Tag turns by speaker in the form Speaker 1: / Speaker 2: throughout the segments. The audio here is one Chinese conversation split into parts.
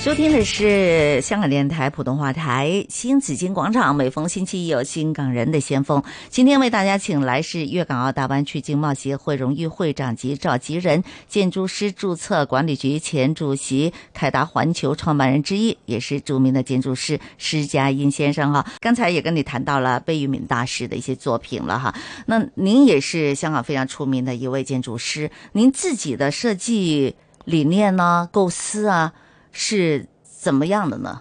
Speaker 1: 收听的是香港电台普通话台新紫金广场，每逢星期一有新港人的先锋。今天为大家请来是粤港澳大湾区经贸协会荣誉会长及召集人、建筑师注册管理局前主席、凯达环球创办人之一，也是著名的建筑师施家英先生哈。刚才也跟你谈到了贝聿铭大师的一些作品了哈。那您也是香港非常出名的一位建筑师，您自己的设计理念呢、构思啊。是怎么样的呢？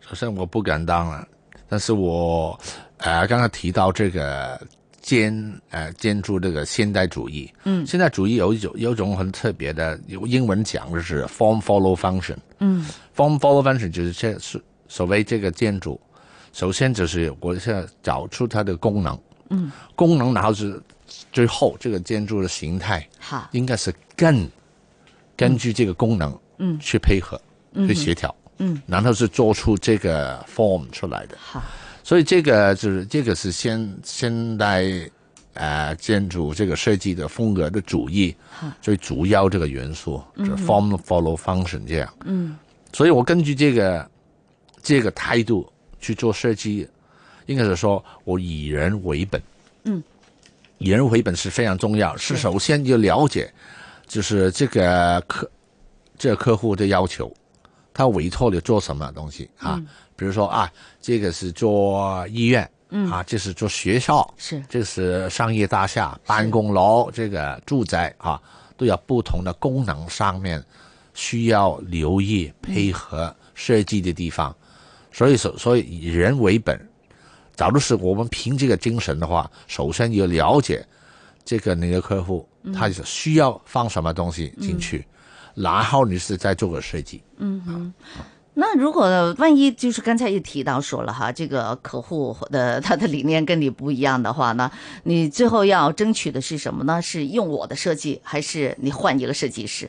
Speaker 2: 首先，我不敢当了，但是我，呃，刚刚提到这个建呃建筑这个现代主义，
Speaker 1: 嗯
Speaker 2: 现代主义有一种有一种很特别的，有英文讲就是 form follow function。
Speaker 1: 嗯
Speaker 2: form follow function 就是这所所谓这个建筑，首先就是我现在找出它的功能，
Speaker 1: 嗯，
Speaker 2: 功能然后是最后这个建筑的形态
Speaker 1: 好，
Speaker 2: 应该是根根据这个功能
Speaker 1: 嗯
Speaker 2: 去配合、
Speaker 1: 嗯
Speaker 2: 去
Speaker 1: 哼
Speaker 2: 协调。
Speaker 1: 嗯，
Speaker 2: 然后是做出这个 form 出来的。
Speaker 1: 好，
Speaker 2: 所以这个就是这个是现现代呃建筑这个设计的风格的主义
Speaker 1: 好，
Speaker 2: 最主要这个元素，就是 form follow function 这样。
Speaker 1: 嗯
Speaker 2: 所以我根据这个这个态度去做设计，应该是说我以人为本。
Speaker 1: 嗯，
Speaker 2: 以人为本是非常重要，是
Speaker 1: 是
Speaker 2: 首先要了解，就是这个客这个客户的要求，他委托你做什么东西啊？比如说啊，这个是做医院，
Speaker 1: 嗯
Speaker 2: 啊，这是做学校，
Speaker 1: 是
Speaker 2: 这是商业大厦、办公楼、这个住宅啊，都有不同的功能上面需要留意配合设计的地方。所以说，所以以人为本，假如是我们凭这个精神的话，首先要了解这个你的客户他是需要放什么东西进去，然后你是再做个设计。
Speaker 1: 嗯哼。那如果万一就是刚才也提到说了哈，这个客户的 他的理念跟你不一样的话呢，你最后要争取的是什么呢？是用我的设计，还是你换一个设计师？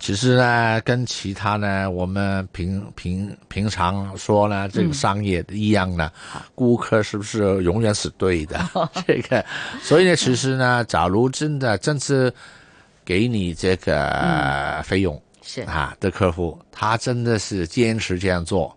Speaker 2: 其实呢，跟其他呢，我们平平平常说呢，这个商业一样呢，顾客是不是永远是对的？ 这个，所以呢，其实呢，假如真的真是给你这个费用、
Speaker 1: 是
Speaker 2: 啊的客户，他真的是坚持这样做，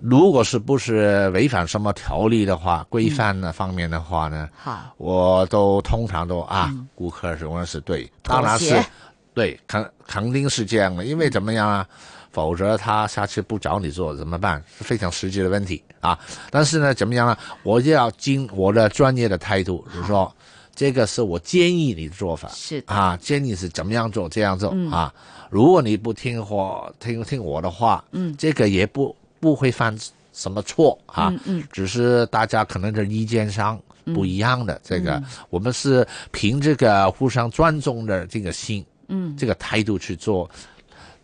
Speaker 2: 如果是不是违反什么条例的话、规范的方面的话呢，
Speaker 1: 好，
Speaker 2: 我都通常都啊，顾客永远是对，当然是
Speaker 1: 嗯妥协
Speaker 2: 对，肯肯定是这样的，因为怎么样啊？否则他下次不找你做怎么办？是非常实际的问题啊。但是呢，怎么样呢？我就要经我的专业的态度，就是说，这个是我建议你的做法
Speaker 1: 是的，
Speaker 2: 啊，建议是怎么样做，这样做、
Speaker 1: 嗯
Speaker 2: 啊。如果你不听话，听听我的话，
Speaker 1: 嗯
Speaker 2: 这个也不不会犯什么错啊。
Speaker 1: 嗯嗯，
Speaker 2: 只是大家可能的意见上不一样的。这
Speaker 1: 嗯
Speaker 2: 个我们是凭这个互相尊重的这个心，
Speaker 1: 嗯，
Speaker 2: 这个态度去做，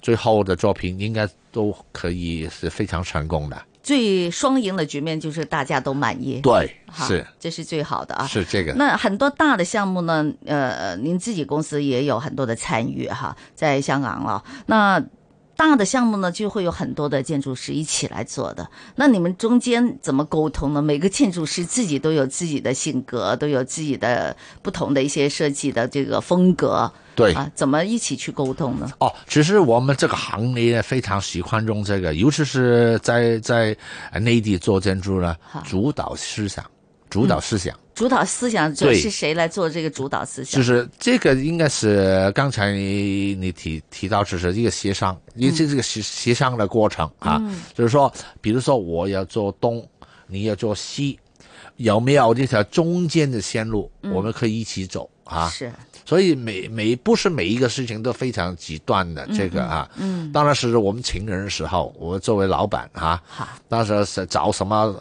Speaker 2: 最后的作品应该都可以是非常成功的。
Speaker 1: 最双赢的局面就是大家都满意，
Speaker 2: 对，
Speaker 1: 哈
Speaker 2: 是，
Speaker 1: 这是最好的啊。
Speaker 2: 是这个。
Speaker 1: 那很多大的项目呢，呃，您自己公司也有很多的参与哈，在香港了。那大的项目呢，就会有很多的建筑师一起来做的。那你们中间怎么沟通呢？每个建筑师自己都有自己的性格，都有自己的不同的一些设计的这个风格
Speaker 2: 对
Speaker 1: 啊，怎么一起去沟通呢？
Speaker 2: 哦，其实我们这个行业非常喜欢用这个，尤其是在在呃内地做建筑呢
Speaker 1: 好，嗯
Speaker 2: 主导思想，主导思想。
Speaker 1: 主导思想这
Speaker 2: 对
Speaker 1: 是谁来做这个主导思想？
Speaker 2: 就是这个应该是刚才你你提提到，只是一个协商，因为这是个协协商的过程啊，就是说，比如说我要做东，你要做西，有没有这条中间的线路，我们可以一起走啊？
Speaker 1: 是
Speaker 2: 所以每每不是每一个事情都非常极端的这个啊，嗯，当然是我们请人的时候，我作为老板啊，
Speaker 1: 好，
Speaker 2: 当时是找什么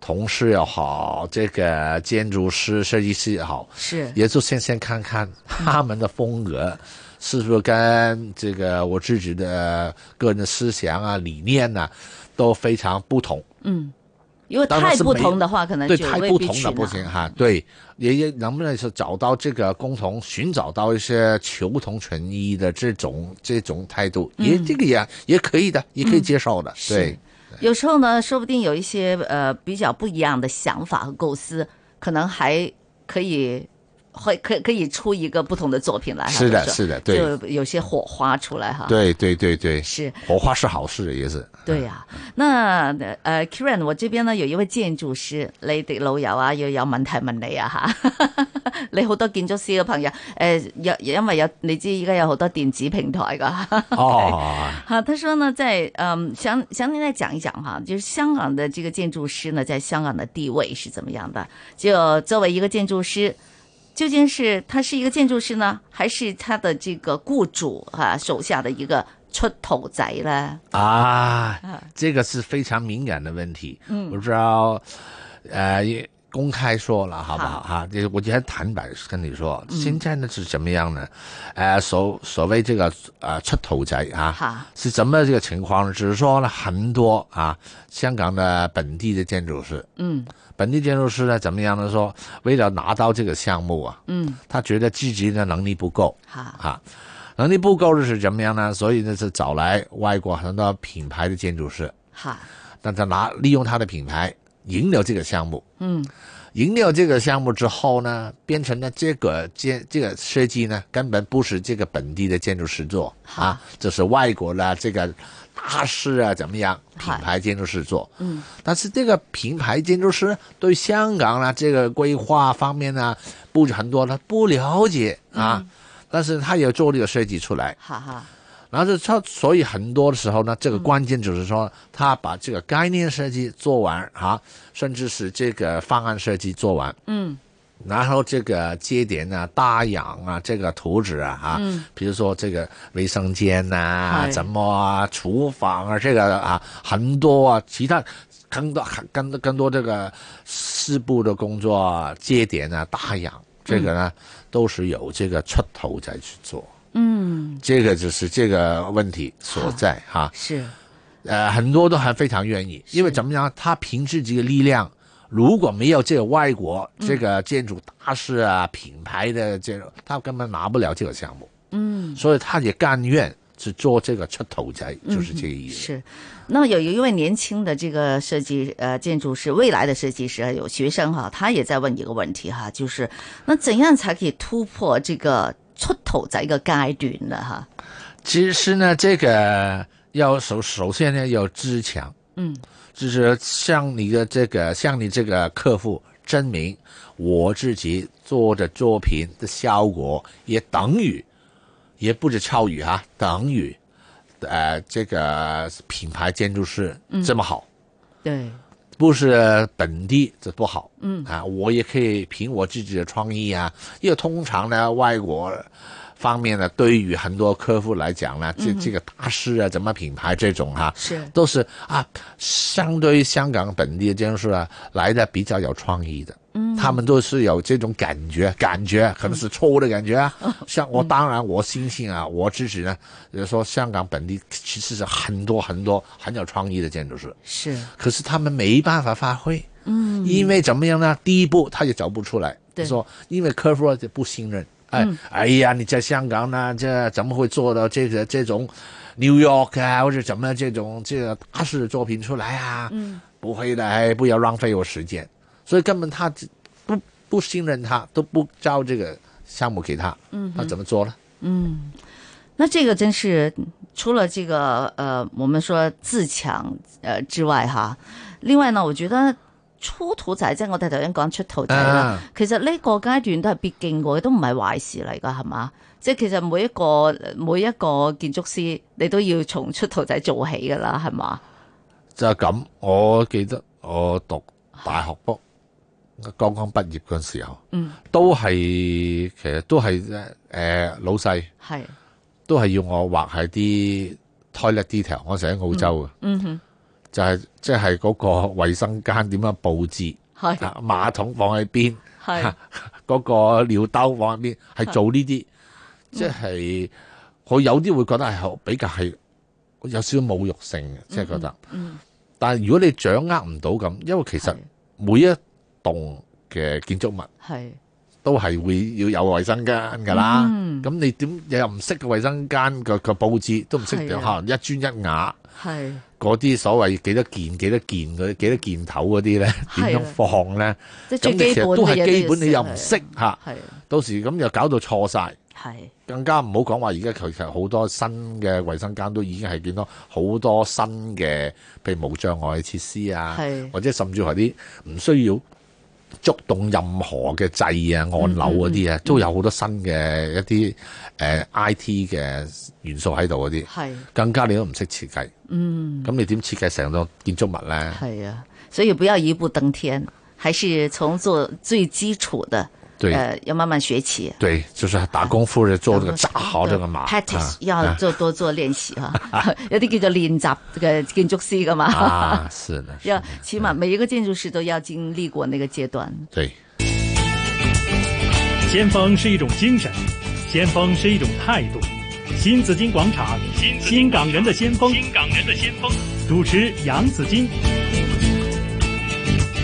Speaker 2: 同事也好，这个建筑师、设计师也好，
Speaker 1: 是
Speaker 2: 也就先先看看
Speaker 1: 嗯
Speaker 2: 他们的风格是不是跟这个我自己的个人的思想啊、理念呐、都非常不同。
Speaker 1: 嗯，因为
Speaker 2: 当然
Speaker 1: 太
Speaker 2: 是
Speaker 1: 不
Speaker 2: 没
Speaker 1: 同的话，可能
Speaker 2: 对，
Speaker 1: 就
Speaker 2: 太
Speaker 1: 未
Speaker 2: 不
Speaker 1: 必
Speaker 2: 同
Speaker 1: 取
Speaker 2: 了不
Speaker 1: 暖
Speaker 2: 行哈。对，也也能不能是找到这个共同，寻找到一些求同存
Speaker 1: 嗯
Speaker 2: 异的这种这种态度，也这个也也可以的，也可以接受的。
Speaker 1: 是
Speaker 2: 对，
Speaker 1: 有时候呢，说不定有一些呃比较不一样的想法和构思，可能还可以会可可以出一个不同的作品来哈。
Speaker 2: 是的
Speaker 1: 不
Speaker 2: 是的对
Speaker 1: 就有些火花出来哈。，
Speaker 2: 对对对对，
Speaker 1: 是。
Speaker 2: 火花是好事也是。
Speaker 1: 啊 对呀、那呃，Kieran，我这邊呢有一位建築師，你哋老友啊，要有問題問你啊吓， 你好多建築師嘅朋友，诶、有因為有你知依家有好多電子平台噶。
Speaker 2: 哦，
Speaker 1: 好，他说呢，在嗯，想想您再讲一讲哈，就是香港的这个建築師呢，在香港的地位是怎么样的？就作為一個建築師，究竟是他是一個建築師呢，還是他的這個雇主啊手下的一個出頭仔呢？
Speaker 2: 啊，这个是非常敏感的问题，嗯，我不知道，呃，也公开说了好不好嗯哈？这、我今天坦白跟你说，现在呢是怎么样呢？呃，所所谓这个呃出头仔啊，
Speaker 1: 哈，
Speaker 2: 是怎么这个情况呢？只是说呢，很多啊，香港的本地的建筑师，
Speaker 1: 嗯
Speaker 2: 本地建筑师呢怎么样呢？说为了拿到这个项目啊，
Speaker 1: 嗯，
Speaker 2: 他觉得自己的能力不够，
Speaker 1: 哈。
Speaker 2: 啊，能力不够的是怎么样呢？所以呢是找来外国很多品牌的建筑师，
Speaker 1: 哈，
Speaker 2: 让他拿利用他的品牌赢了这个项目，
Speaker 1: 嗯，
Speaker 2: 赢了这个项目之后呢，变成了这个建这个设计呢根本不是这个本地的建筑师做啊
Speaker 1: 好，
Speaker 2: 这是外国的这个大师啊怎么样品
Speaker 1: 好
Speaker 2: 牌建筑师做，
Speaker 1: 嗯，
Speaker 2: 但是这个品牌建筑师对香港啊这个规划方面呢，不是很多他不了解啊。
Speaker 1: 嗯
Speaker 2: 但是他也做这个设计出来，
Speaker 1: 哈哈，
Speaker 2: 然后就他，所以很多的时候呢，这个关键就是说，他把这个概念设计做完啊，甚至是这个方案设计做完，
Speaker 1: 嗯，
Speaker 2: 然后这个节点啊、搭氧啊、这个图纸啊啊，比如说这个卫生间呐、
Speaker 1: 是
Speaker 2: 怎么啊、厨房啊，这个啊很多啊，其他更多更多更多这个四部的工作啊节点啊、搭氧这个呢，都是有这个出头再去做。
Speaker 1: 嗯，
Speaker 2: 这个就是这个问题所在哈、
Speaker 1: 是
Speaker 2: 呃，很多都还非常愿意，因为怎么样，他凭自己的力量，如果没有这个外国这个建筑大师啊、品牌的这种，他根本拿不了这个项目。嗯，所以他也甘愿去做这个出头仔，就是这个意思。
Speaker 1: 是。那有一位年轻的这个设计呃建筑师，未来的设计师啊有学生哈、他也在问一个问题哈、就是那怎样才可以突破这个出头仔嘅階段呢？哈、
Speaker 2: 其实呢，这个要首首先呢要自强，
Speaker 1: 嗯，
Speaker 2: 就是向你的这个向你这个客户证明我自己做的作品的效果也等于，也不止超于啊，等于，呃，这个品牌建筑师这么好，
Speaker 1: 对，
Speaker 2: 不是本地这不好，
Speaker 1: 嗯
Speaker 2: 啊，我也可以凭我自己的创意啊，因为通常呢，外国方面呢，对于很多客户来讲呢，这这个大师啊，怎么品牌这种哈、
Speaker 1: 是
Speaker 2: 都是啊，相对于香港本地的建筑师啊，来的比较有创意的。嗯，他们都是有这种感觉，感觉可能是错误的感觉啊。像我，当然我相信啊，我自己呢，就是说香港本地其实是很多很多很有创意的建筑师，
Speaker 1: 是，
Speaker 2: 可是他们没办法发挥。嗯，因为怎么样呢？第一步他也走不出来，
Speaker 1: 对
Speaker 2: 说因为客户就不信任。哎，哎呀，你在香港呢，这怎么会做到这个这种 New York 啊，或者怎么这种这个大师的作品出来啊？嗯，不会的，哎，不要浪费我时间。所以根本他不不信任他，都不招这个项目给他，嗯，他怎么做呢？
Speaker 1: 嗯那这个真是除了这个呃，我们说自强呃之外哈，另外呢，我覺得出頭仔即係我哋頭先講出頭仔啦，
Speaker 2: 啊
Speaker 1: 其實呢個階段都係必經過嘅，都唔係壞事嚟㗎，係嘛？即係其實每一個每一個建築師，你都要從出頭仔做起㗎啦，係嘛？
Speaker 2: 就係咁，我記得我讀大學畢剛剛畢業嗰陣時候，
Speaker 1: 嗯，
Speaker 2: 都係其實都係誒、呃老細
Speaker 1: 係，
Speaker 2: 都係要我畫係啲 toilet detail，我成日喺澳洲嘅，
Speaker 1: 嗯哼，
Speaker 2: 就係即係嗰個衞生間點樣佈置，
Speaker 1: 係
Speaker 2: 啊馬桶放喺邊，啊
Speaker 1: 係
Speaker 2: 嗰個尿兜放喺邊，係做呢啲，
Speaker 1: 嗯
Speaker 2: 即係我有啲會覺得係好比較係有少少侮辱性嘅，即係覺得。
Speaker 1: 嗯
Speaker 2: 但係如果你掌握唔到咁，因為其實每一棟嘅建築物
Speaker 1: 係
Speaker 2: 都係會要有衞生間㗎啦。
Speaker 1: 嗯
Speaker 2: 咁、你點你又唔識個衞生間個個佈置，都唔識
Speaker 1: 係
Speaker 2: 可
Speaker 1: 啊
Speaker 2: 能一磚一瓦，
Speaker 1: 係
Speaker 2: 嗰啲所謂幾多件幾多件嗰幾多件頭嗰啲咧，
Speaker 1: 係
Speaker 2: 點
Speaker 1: 啊
Speaker 2: 樣放咧？
Speaker 1: 即係
Speaker 2: 咁
Speaker 1: 最
Speaker 2: 你
Speaker 1: 基
Speaker 2: 其
Speaker 1: 本
Speaker 2: 實都
Speaker 1: 嘅嘢
Speaker 2: 係基
Speaker 1: 都
Speaker 2: 本，你又
Speaker 1: 要
Speaker 2: 唔
Speaker 1: 識
Speaker 2: 識嚇，
Speaker 1: 係
Speaker 2: 到時咁又搞到錯晒。
Speaker 1: 係
Speaker 2: 更加唔好講話，而家其實好多新嘅衞生間都已經係見到好多新嘅，譬如無障礙設施啊
Speaker 1: 係，
Speaker 2: 或者甚至乎係啲唔需要觸動任何嘅掣啊、按鈕嗰啲啊，都有好多新嘅一啲誒、呃 IT 嘅元素喺度嗰啲，
Speaker 1: 係
Speaker 2: 更加你都唔識設計。嗯，咁你點設計成個建築物咧？
Speaker 1: 係啊，所以不要一步登天，還是從做最基礎的，
Speaker 2: 對
Speaker 1: 呃，要慢慢學起。
Speaker 2: 對，就是打功夫就做這個
Speaker 1: 嗯
Speaker 2: 扎好這個馬。
Speaker 1: practice
Speaker 2: 啊
Speaker 1: 要做多做練習啊， 有啲叫做練習嘅建築師噶
Speaker 2: 啊
Speaker 1: 嘛，
Speaker 2: 啊，是的，
Speaker 1: 要起碼每一個建築師都要經歷過那個階段。
Speaker 2: 對。
Speaker 3: 先鋒是一种精神，先锋是一种态度。新紫金广场，新新港人的先锋，新港人的先锋。主持杨紫金。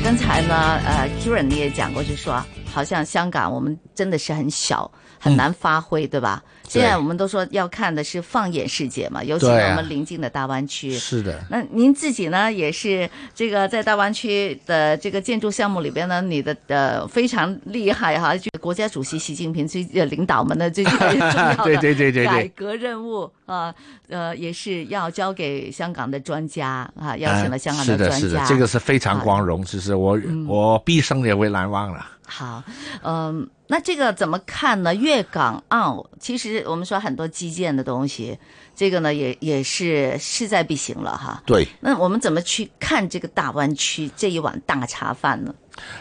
Speaker 1: 刚才呢，呃，Kieran 你也讲過，就說好像香港我們真的是很小，
Speaker 2: 嗯
Speaker 1: 很難發揮，對吧？現在我們都說要看的是放眼世界嘛，尤其是
Speaker 2: 對啊
Speaker 1: 我們鄰近的大灣區。
Speaker 2: 是的，
Speaker 1: 那您自己呢，也是这个在大灣區的這個建築項目裏邊呢，你的呃非常厲害哈，就國家主席習近平最呃領導們的最 重要的
Speaker 2: 對對對對
Speaker 1: 改
Speaker 2: 對，
Speaker 1: 革任務啊，呃，也是要交給香港的專家啊，邀請了香港
Speaker 2: 哎是
Speaker 1: 專
Speaker 2: 的，
Speaker 1: 家。啊嗯
Speaker 2: 是的，这个是非常光荣，其实我我毕生也会难忘了。
Speaker 1: 好，嗯，那这个怎么看呢？粤港澳其实我们说很多基建的东西，这个呢也也是势在必行了哈。
Speaker 2: 对，
Speaker 1: 那我们怎么去看这个大湾区这一碗大茶饭呢？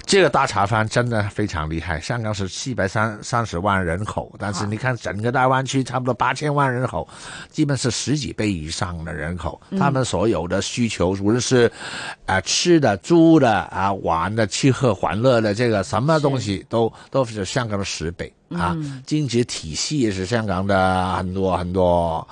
Speaker 2: 这个大茶饭真的非常厉害。香港是七百三三十万人口，但
Speaker 1: 啊
Speaker 2: 是你看整个大湾区差不多八千万人口，基本是十几倍以上的人口。
Speaker 1: 嗯
Speaker 2: 他们所有的需求，无论是啊、呃吃的、住的啊、玩的、吃喝玩乐的，这个什么东西都都是香港的十倍啊。
Speaker 1: 嗯
Speaker 2: 经济体系也是香港的很多很多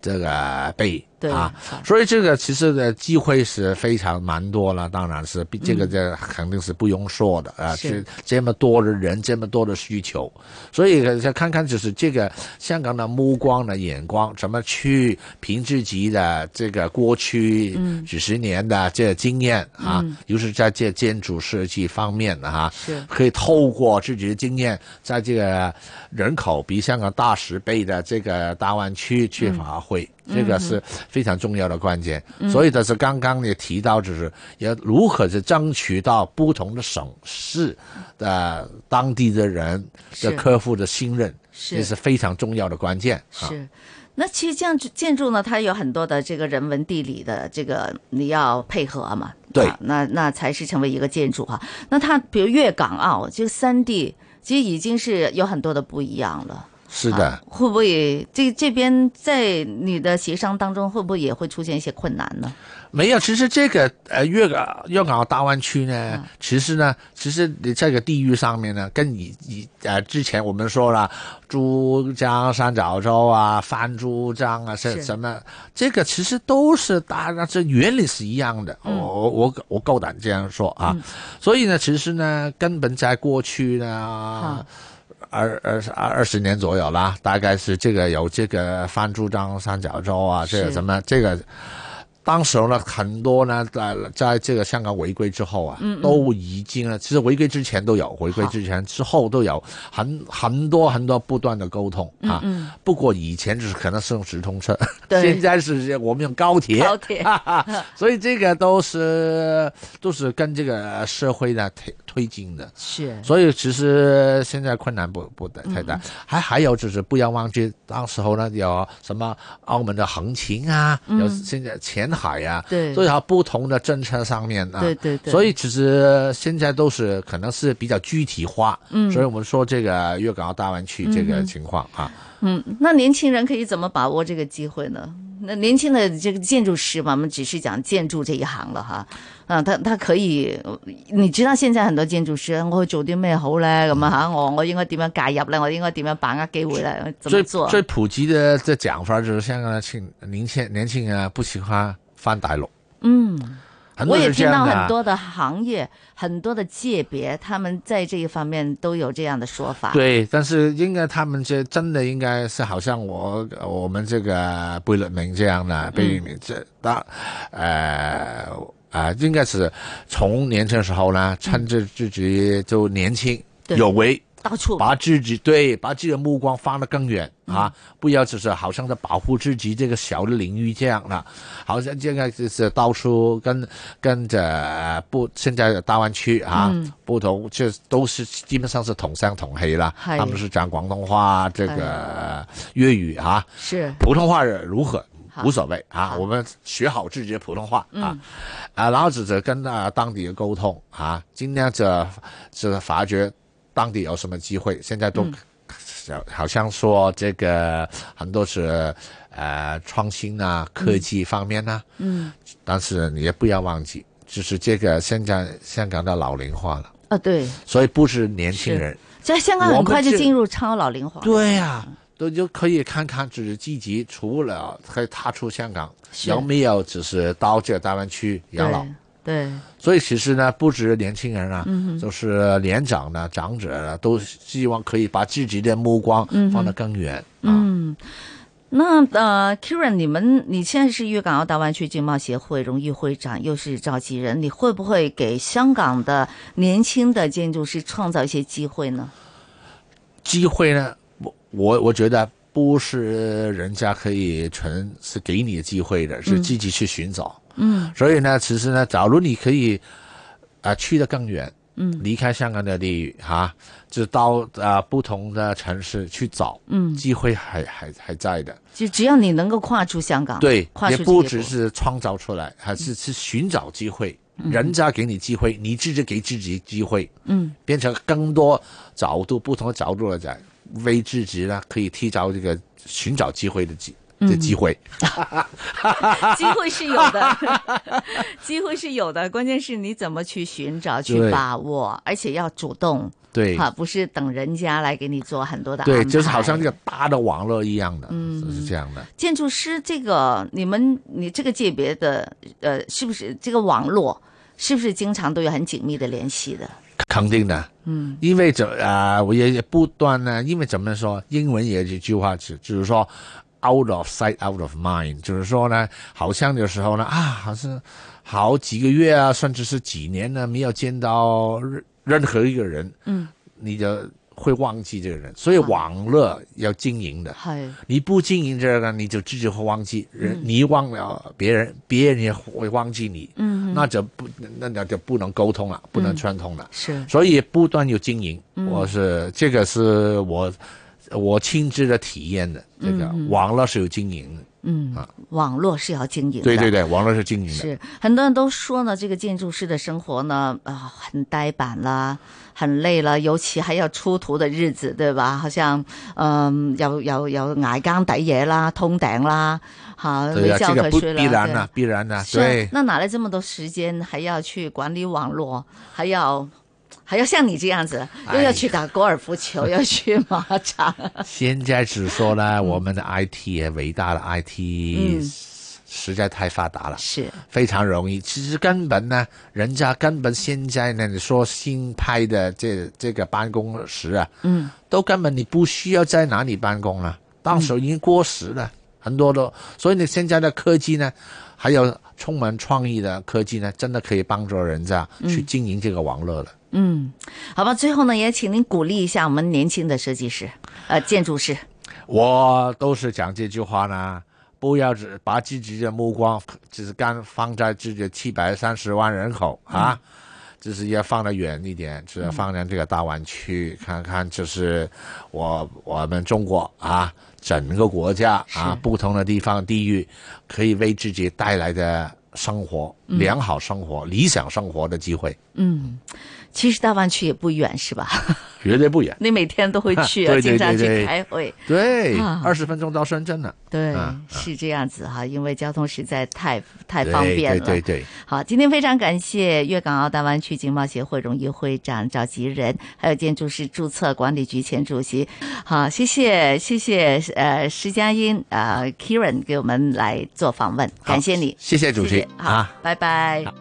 Speaker 2: 这个倍。
Speaker 1: 对
Speaker 2: 啊
Speaker 1: 好，
Speaker 2: 所以这个其实的机会是非常蛮多了，当然是，毕这个这肯定是不用说的啊，
Speaker 1: 是
Speaker 2: 这这么多的人，这么多的需求，所以呃看看就是这个香港的目光的眼光怎么去凭自己的这个过去几十年的这个经验啊，尤其是在这建筑设计方面啊，
Speaker 1: 是
Speaker 2: 可以透过自己的经验，在这个人口比香港大十倍的这个大湾区去发挥，
Speaker 1: 嗯
Speaker 2: 这个是非常重要的关键。所以，但是刚刚也提到，就是要如何是争取到不同的省市的当地的人
Speaker 1: 是
Speaker 2: 的客户的信任，
Speaker 1: 是
Speaker 2: 这是非常重要的关键。啊，
Speaker 1: 是，那其实建筑建筑呢，它有很多的这个人文地理的这个你要配合嘛，
Speaker 2: 对
Speaker 1: 啊那那才是成为一个建筑啊。那它比如粤港澳这个三地，其实已经是有很多的不一样了。
Speaker 2: 是的。
Speaker 1: 啊会不会这这边在你的协商当中，会不会也会出现一些困难呢？
Speaker 2: 没有，其实这个呃粤港粤港澳大湾区呢，其实呢，其实你这个地域上面呢，跟以以呃之前我们说了珠江三角洲啊、泛珠江啊，
Speaker 1: 是
Speaker 2: 是什么，这个其实都是大，这原理是一样的。我我我够胆这样说啊，所以呢，其实呢，根本在过去呢。二二十二二十年左右啦，大概是这个有这个泛珠江三角洲啊，这个
Speaker 1: 是
Speaker 2: 什么这个当时呢，很多呢，在在这个香港回归之后啊，
Speaker 1: 嗯
Speaker 2: 都已经呢，其实回归之前都有，回归之前之后都有很很多很多不断的沟通啊。不过以前就是可能是用直通车，
Speaker 1: 嗯对
Speaker 2: 现在啊是我们用高铁，
Speaker 1: 高铁嗯
Speaker 2: 哈哈，所以这个都是都是跟这个社会呢推推进的。
Speaker 1: 是
Speaker 2: 所以其实现在困难不不太
Speaker 1: 嗯
Speaker 2: 大，还还有就是不要忘记，当时候呢有什么澳门的横琴啊，有现在前海啊，
Speaker 1: 嗯对
Speaker 2: 所以它不同的政策上面啊，
Speaker 1: 对对对
Speaker 2: 所以其实现在都是可能是比较具体化，嗯，所以我们说这个粤港澳大湾区这个情况啊，
Speaker 1: 嗯，那年轻人可以怎么把握这个机会呢？那年轻的这个建筑师嘛，我们只是讲建筑这一行了哈，啊，他他可以，你知道現在很多建築師，我去做啲咩好咧？咁啊吓，我我應該點樣介入咧？我應該點樣把握機會咧？怎
Speaker 2: 最
Speaker 1: 麼做？啊
Speaker 2: 最普及的这讲法就是香港的青年轻年轻人啊不喜欢翻大陆。
Speaker 1: 嗯，
Speaker 2: 很多
Speaker 1: 我也
Speaker 2: 人这
Speaker 1: 听到
Speaker 2: 样的
Speaker 1: 很
Speaker 2: 啊。
Speaker 1: 多的行业、很多的界别，他们在这一方面都有这样的说法。，
Speaker 2: 对，但是应该他们这真的应该是好像我我们这个贝聿铭这样
Speaker 1: 嗯
Speaker 2: 的贝聿铭这当呃啊、应该是从年轻的时候呢，趁着自己就年轻
Speaker 1: 嗯对
Speaker 2: 有为，
Speaker 1: 到处
Speaker 2: 把自己对把自己的目光放得更远啊，不要只是好像在保护自己这个小的领域这样的，好像这个就是到处跟跟着呃不现在的大湾区啊，不同这都是基本上是同声同气啦，
Speaker 1: 是
Speaker 2: 他们是讲广东话这个粤语啊，
Speaker 1: 是
Speaker 2: 普通话如何
Speaker 1: 好
Speaker 2: 无所谓啊
Speaker 1: 好，
Speaker 2: 我们学好自己的普通话啊，啊，然后只是跟啊当地的沟通啊，尽量这是发掘当地有什么机会，现在都。好像说这个很多是呃创新啊、科技方面呢、
Speaker 1: 嗯
Speaker 2: 但是你也不要忘记，就是这个现在香港的老龄化了，
Speaker 1: 啊，对，
Speaker 2: 所以不是年轻
Speaker 1: 是
Speaker 2: 人，
Speaker 1: 在香港
Speaker 2: 我
Speaker 1: 很
Speaker 2: 们
Speaker 1: 快就
Speaker 2: 这
Speaker 1: 进入超老龄化。
Speaker 2: 对呀、都就可以看看，就是积极除了可以踏出香港，
Speaker 1: 是
Speaker 2: 有没有只是到这个大湾区养
Speaker 1: 对，
Speaker 2: 老？
Speaker 1: 嗯对，
Speaker 2: 所以其实呢，不止年轻人啊，就是年长呢、长者呢，都希望可以把自己的目光放得更远、啊。
Speaker 1: 嗯。那呃，Kieran，你们你现在是粤港澳大湾区经贸协会荣誉会长，又是召集人，你会不会给香港的年轻的建筑师创造一些机会呢？
Speaker 2: 机会呢，我我我觉得不是人家可以全是给你的机会的，是积极去寻找。
Speaker 1: 嗯
Speaker 2: 所以呢，其实呢，假如你可以啊、去得更远，
Speaker 1: 嗯，
Speaker 2: 离开香港的地域哈、就到啊、不同的城市去找，
Speaker 1: 嗯，
Speaker 2: 机会还还还在的。
Speaker 1: 就只要你能够跨出香港，
Speaker 2: 对
Speaker 1: 啊跨，出
Speaker 2: 也
Speaker 1: 这一步
Speaker 2: 不只是创造出来，还
Speaker 1: 嗯
Speaker 2: 是去寻找机会。人家给你机会，你自己给自己机会，
Speaker 1: 嗯，
Speaker 2: 变成更多角度、不同的角度来讲，为自己呢可以提早这个寻找机会的机
Speaker 1: 嗯
Speaker 2: 的机会。
Speaker 1: 机会是有的， 机会是有的，关键是你怎么去寻找、去
Speaker 2: 对
Speaker 1: 把握，而且要主动，
Speaker 2: 对，
Speaker 1: 哈，不是等人家来给你做很多的安
Speaker 2: 对，
Speaker 1: 排嗯
Speaker 2: 就是好像这个大的网络一样的，就是这样的。
Speaker 1: 建筑师这个，你们你这个界别的，呃，是不是这个网络？是不是经常都有很紧密的联系的？
Speaker 2: 肯定的，嗯，因为怎啊、我也也不断呢，因为怎么说，英文也有一句话是，就是说 out of sight, out of mind，就是说呢，好像有时候呢，啊，好像好几个月啊，甚至是几年呢，没有见到任任何一个人，
Speaker 1: 嗯，
Speaker 2: 你就会忘记这个人，所以网络要经营的。
Speaker 1: 系
Speaker 2: 你不经营这个，你就自己会忘记人，你忘了别人，别人也会忘记你，嗯，那就不那那就不能沟通了，不能串通了。
Speaker 1: 是，
Speaker 2: 所以不断有经营，
Speaker 1: 嗯
Speaker 2: 我是这个是我我亲自的体验的，这个网络是有经营的，
Speaker 1: 嗯，网络是要经营的，
Speaker 2: 对对对，网络是经营的，
Speaker 1: 是很多人都说呢，这个建筑师的生活呢，啊、很呆板啦，很累啦，尤其还要出图的日子，对吧？好像嗯，有有有挨更抵夜啦，通顶啦，好
Speaker 2: 对
Speaker 1: 没
Speaker 2: 呀、
Speaker 1: 觉
Speaker 2: 这
Speaker 1: 可
Speaker 2: 个不
Speaker 1: 睡
Speaker 2: 必
Speaker 1: 啦。
Speaker 2: 然
Speaker 1: 对
Speaker 2: 呐、必然呐、
Speaker 1: 是啊
Speaker 2: 对。
Speaker 1: 那哪来这么多时间，还要去管理网络，还要。还要像你这样子，又
Speaker 2: 哎
Speaker 1: 要
Speaker 2: 呀
Speaker 1: 去打高尔夫 球，又要去马场，
Speaker 2: 现在只说呢，我们的 IT 也伟大的 IT，、
Speaker 1: 嗯
Speaker 2: 实在太发达了。
Speaker 1: 是
Speaker 2: 非常容易。其实根本呢，人家根本现在呢，你说新派的这这个办公室啊，
Speaker 1: 嗯，
Speaker 2: 都根本你不需要在哪里办公了，到时候已经过时了，很多都。所以你现在的科技呢，还有充满创意的科技呢，真的可以帮助人家去经营这个网络了。
Speaker 1: 嗯，好吧。最后呢，也请您鼓励一下我们年轻的设计师，呃，建筑师。
Speaker 2: 我都是讲这句话呢，不要只把自己的目光只是干放在自己七百三十万人口啊，
Speaker 1: 嗯
Speaker 2: 就是要放得远一点，只要放在这个大湾区，看看就是我我们中国啊，整个国家啊，不同的地方地域，可以为自己带来的生活、良好生活、理想生活的机会，
Speaker 1: 嗯，其实大湾区也不远，是吧？
Speaker 2: 绝对不远。
Speaker 1: 你每天都会去、啊，
Speaker 2: 对对
Speaker 1: 经常去
Speaker 2: 对对
Speaker 1: 开会。
Speaker 2: 对
Speaker 1: 啊，
Speaker 2: 二十分钟到深圳了，
Speaker 1: 对，
Speaker 2: 啊
Speaker 1: 是这样子哈，因为交通实在太太
Speaker 2: 对
Speaker 1: 方便了。
Speaker 2: 对对对。
Speaker 1: 好，今天非常感谢粤港澳大湾区经贸协会荣誉会长召集人，还有建筑师注册管理局前主席。好，谢谢谢谢呃施佳音呃 Kieran 给我们来做访问，感谢你，
Speaker 2: 谢谢主
Speaker 1: 谢
Speaker 2: 席
Speaker 1: 谢好，
Speaker 2: 啊。
Speaker 1: 拜拜。